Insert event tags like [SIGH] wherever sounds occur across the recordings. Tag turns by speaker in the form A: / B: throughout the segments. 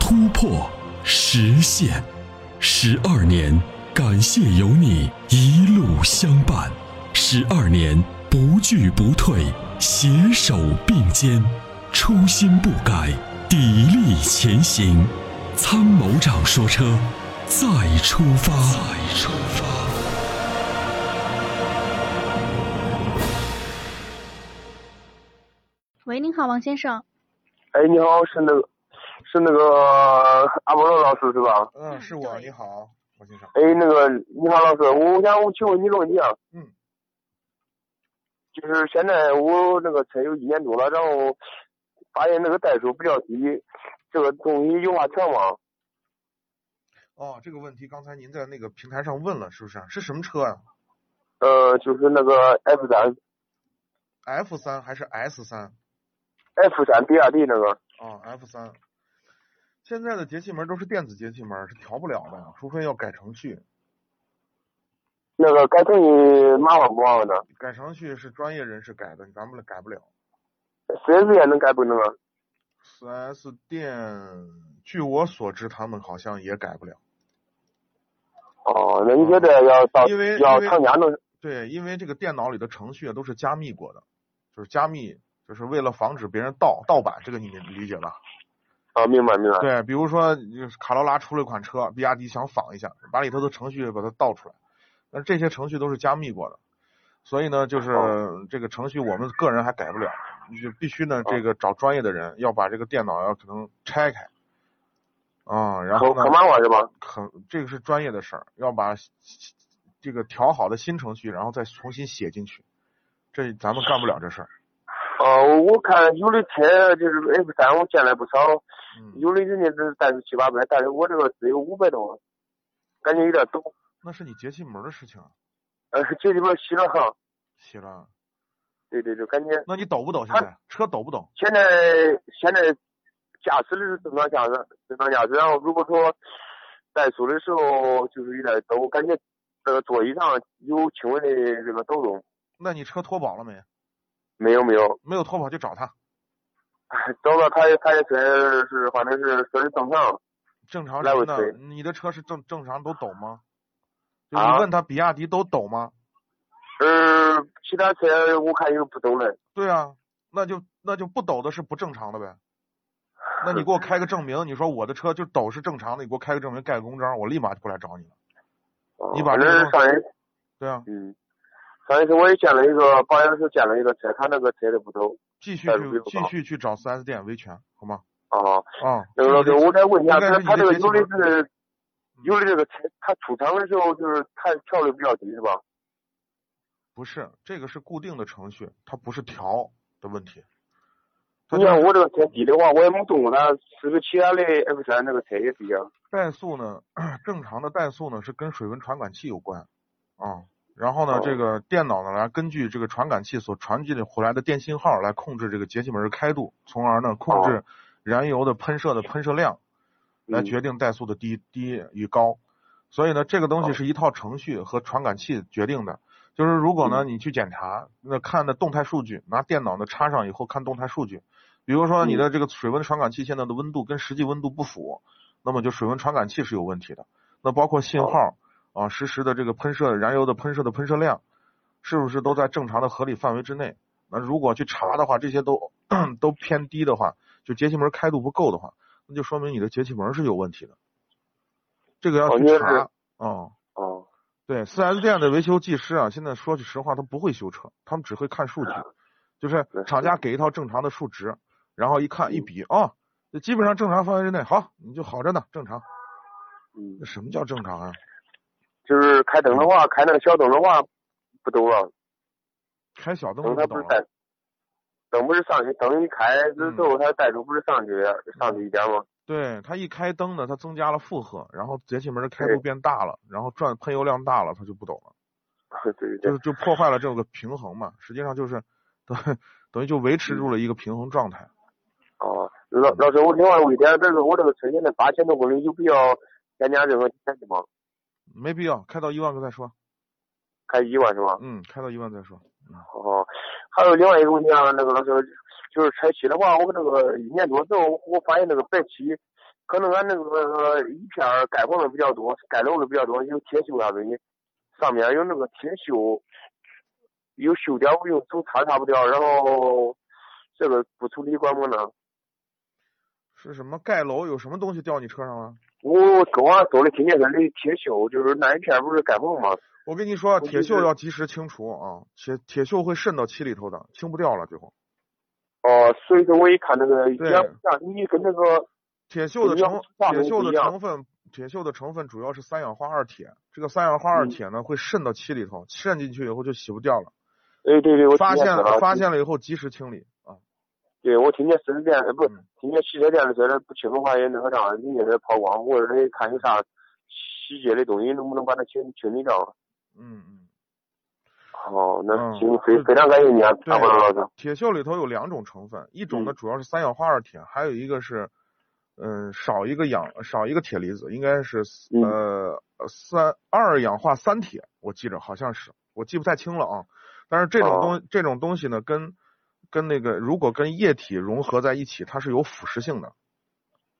A: 突破、实现，十二年，感谢有你一路相伴，十二年不惧不退，携手并肩，初心不改，砥砺前行。参谋长说车，再出发。再出发。
B: 喂，您好，王先生。
C: 哎，你好，是那个，是那个阿波罗老师是吧？
D: 嗯，是我，你好，王先生。
C: 哎，那个，你好，老师，我想我请问你个问题啊。
D: 嗯。
C: 就是现在我那个车有一年多了，然后发现那个代数比较低，这个东西有话全忘。
D: 哦，这个问题刚才您在那个平台上问了，是不啊是？是什么车呀、
C: 呃，就是那个 F 三
D: f 三还是 S 三？
C: ，F 三比亚迪那个。
D: 啊，F 三。现在的节气门都是电子节气门，是调不了的，除非要改程序。
C: 那个改成你麻烦不麻烦呢？
D: 改程序是专业人士改的，咱们改不了。
C: 四 S 店能改不能啊？
D: 4S 店，据我所知，他们好像也改不了。
C: 哦，那你觉得要到
D: 因为
C: 要
D: 因为
C: 厂家弄？
D: 对，因为这个电脑里的程序啊都是加密过的，就是加密，就是为了防止别人盗盗版，这个你理解吧？
C: 啊，明白明白。
D: 对，比如说就是卡罗拉出了一款车，比亚迪想仿一下，把里头的程序把它倒出来，但是这些程序都是加密过的，所以呢，就是
C: 哦
D: 这个程序我们个人还改不了，你就必须呢这个找专业的人，要把这个电脑要可能拆开，啊、然
C: 很
D: 后呢
C: 很，麻烦是吧？
D: 很这个是专业的事儿，要把这个调好的新程序，然后再重新写进去，这咱们干不了这事儿，
C: 哦，我我看有的车就是 F 三，我见了不少。
D: 嗯，
C: 有的人家只但是七八百，但是我这个只有五百多，感觉有点多，
D: 那是你节气门儿的事情，啊
C: 呃，这里边虚了哈。
D: 写了，
C: 对对对，感觉
D: 那你抖不抖现
C: 他
D: 在？车抖不抖？
C: 现在现在驾驶的是正常驾驶，正常驾驶。然后如果说怠速的时候，就是有点抖，感觉这个座椅上有轻微的这个抖动。
D: 那你车脱保了没？
C: 没有没有，
D: 没有脱保就找他，
C: 找到他他的车是反正是说是正常，
D: 正常
C: 来
D: 什么
C: 回
D: 呢
C: 推？
D: 你的车是正正常都抖吗？就是
C: 啊
D: 你问他比亚迪都抖吗？
C: 呃，其他车我看有不抖的。
D: 对啊，那就那就不抖的是不正常的呗。那你给我开个证明，你说我的车就抖是正常的，你给我开个证明，盖个公章，我立马就过来找你了。你把
C: 啊反
D: 这个
C: 正上一
D: 对啊，
C: 嗯，上一次我也见了一个，保险时见了一个车，他那个车的不走。
D: 继续
C: 但是没
D: 去
C: 有
D: 继
C: 搞
D: 续去找四 S 店维权，好吗？
C: 啊，
D: 啊，
C: 那个老师，我再问一下，
D: 应该
C: 他
D: 是
C: 他这个
D: 你的
C: 有的
D: 节气门
C: 是有的这个车，他出厂的时候就是他调的比较低是吧？
D: 不是这个是固定的程序，它不是调的问题。它
C: 你
D: 就是
C: 看我这个车低的话，我也没动过它，是个起亚的 F 三那个车也是一样。
D: 怠速呢， [CLEARS THROAT] 正常的怠速呢是跟水文传感器有关啊。然后呢，
C: 哦
D: 这个电脑呢来根据这个传感器所传递的回来的电信号来控制这个节气门的开度，从而呢控制燃油的喷射的喷射量，来
C: 嗯
D: 决定怠速的低低与高。所以呢，这个东西
C: 哦
D: 是一套程序和传感器决定的。就是如果呢，你去检查，那看的动态数据，拿电脑呢插上以后看动态数据，比如说你的这个水温传感器现在的温度跟实际温度不符，那么就水温传感器是有问题的。那包括信号啊，实时的这个喷射燃油的喷射的喷射量，是不是都在正常的合理范围之内？那如果去查的话，这些都 [CLEARS THROAT] 都偏低的话，就节气门开度不够的话，那就说明你的节气门是有问题的。这个要
C: 哦因
D: 去
C: 为是
D: 查啊、
C: 哦，
D: 对，四 S 店的维修技师啊，现在说句实话，他不会修车，他们只会看数据，就是
C: 啊对嗯
D: 厂家给一套正常的数值，然后一看一比，哦，这基本上正常范围之内，好，你就好着呢，正常。
C: 嗯
D: 那，什么叫正常啊？
C: 就是开灯的话，开那个小灯的话不抖了，
D: 开小灯
C: 灯
D: 都
C: 它
D: 不
C: 不
D: 懂
C: 是带，
D: 嗯
C: 灯不是上去，灯一开之后它怠速不是上去上去一点吗？
D: 对它一开灯呢，它增加了负荷，然后节气门的开度变大了，然后转喷油量大了，它就不抖了，
C: [LAUGHS] 对对
D: 就
C: 对
D: 是，就破坏了这个平衡嘛。实际上就是等 [LAUGHS] 等于就维持住了一个平衡状态。
C: 哦，老老师，我另外问一点，这个我这个车现在八千多公里，有必要添加这个电器吗？
D: 没必要，开到一万个再说。
C: 开一万是吧？
D: 嗯，开到一万再说。
C: 哦，还有另外一个问题啊，那个老师，就是车漆的话，我那个一年多之后，我发现那个白漆，可能俺那个一片儿盖房的比较多，盖楼的比较多，有铁锈啥东西，上面有那个铁锈，有锈点我用手擦擦不掉，然后这个不处理管不呢？
D: 是什么盖楼？有什么东西掉你车上了？
C: 我跟我走的今年是的铁锈，就是那一片儿不是盖房吗？
D: 我跟你说，啊
C: 就
D: 铁锈
C: 是
D: 要及时清除啊，铁铁锈会渗到漆里头的，清不掉了最后。
C: 哦，所以说我一看那个，
D: 对
C: 像你跟那个，
D: 铁锈的
C: 你要
D: 成
C: 化
D: 铁
C: 工
D: 锈
C: 不
D: 的
C: 一样
D: 成分，铁锈的成分主要是三氧化二铁。这个三氧化二
C: 嗯
D: 铁呢，会渗到漆里头，渗进去以后就洗不掉了。
C: 哎对对，我
D: 发
C: 今
D: 现
C: 年知道
D: 了，发现了以后及时清理啊。
C: 对，我听见四 S 店呃不
D: 嗯，
C: 听见汽车店的时候不清楚话也那个啥，人家在抛光，我说得看有啥细节的东西，能不能把它清清理掉？
D: 嗯嗯，
C: 哦，那
D: 嗯
C: 行，非
D: 对
C: 非常感谢你啊，
D: 对
C: 大波老师。
D: 铁锈里头有两种成分，一种呢
C: 嗯
D: 主要是三氧化二铁，还有一个是，嗯，少一个氧，少一个铁离子，应该是
C: 嗯
D: 呃三二氧化三铁，我记着好像是，我记不太清了啊。但是这种
C: 哦
D: 东、这种东西呢，跟跟那个如果跟液体融合在一起，它是有腐蚀性的。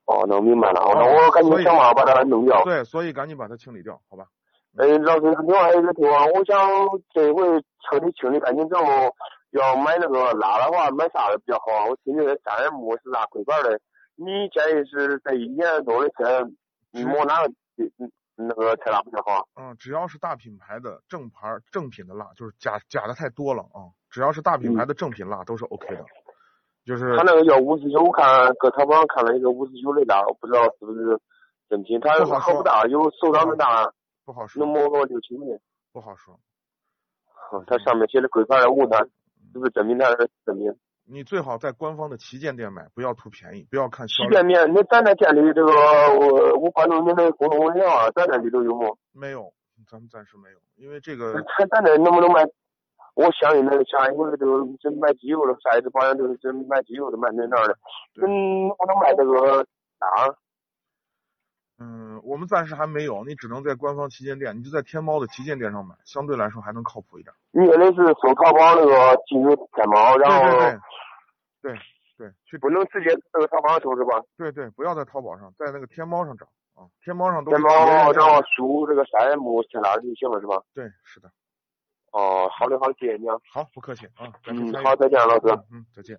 C: 哦，那我明白了，哦那
D: 哦
C: 我赶
D: 所以
C: 紧想办法把它弄掉。
D: 对，所以赶紧把它清理掉，好吧？
C: 哎，老师，另外一个地方，我想这回彻底清理干净之后，要买那个蜡的话，买啥的比较好啊？我听这个三 M 是啥硅板的，你建议是在一年多的车
D: 是
C: 抹哪个嗯那个车蜡比较好啊？
D: 嗯，只要是大品牌的正牌儿正品的蜡，就是假假的太多了啊、只要是大品牌的正品蜡都是 OK 的，就
C: 嗯
D: 是
C: 他那个要五十九，我看搁淘宝上看了一个五十九的大，我不知道是不是真品。他
D: 不好
C: 好
D: 说
C: 不大，有手掌那么大，
D: 不好说
C: 能，摸个六七米。
D: 不好说。
C: 他上面写的规范的，我问他是不是真品，他是真品。
D: 你最好在官方的旗舰店买，不要图便宜，不要看销
C: 旗舰
D: 量。
C: 店，那咱那店里这个，我我关注你的公众微信啊，咱那里头有吗？
D: 没有，咱们暂时没有，因为这个
C: 咱咱那能不能买？我相信那个下一回就真买机油了，下一次保养就是真买机油的，买那那的。
D: 对
C: 嗯，我能买这个啊啥？
D: 嗯，我们暂时还没有，你只能在官方旗舰店，你就在天猫的旗舰店上买，相对来说还能靠谱一点。
C: 你原来是搜淘宝那个进入天猫，
D: 对
C: 然后。
D: 对对，对对，去
C: 不能直接这个淘宝上搜是吧？
D: 对对，不要在淘宝上，在那个天猫上找啊，天猫上都是
C: 天猫
D: 旗舰店
C: 然后
D: 的
C: 输这个三 M 去哪就行了是吧？
D: 对，是的，
C: 哦，好的好的，谢谢你啊。
D: 好，不客气啊，感谢
C: 嗯，
D: 参与
C: 好，再见老师。
D: 嗯嗯，再见。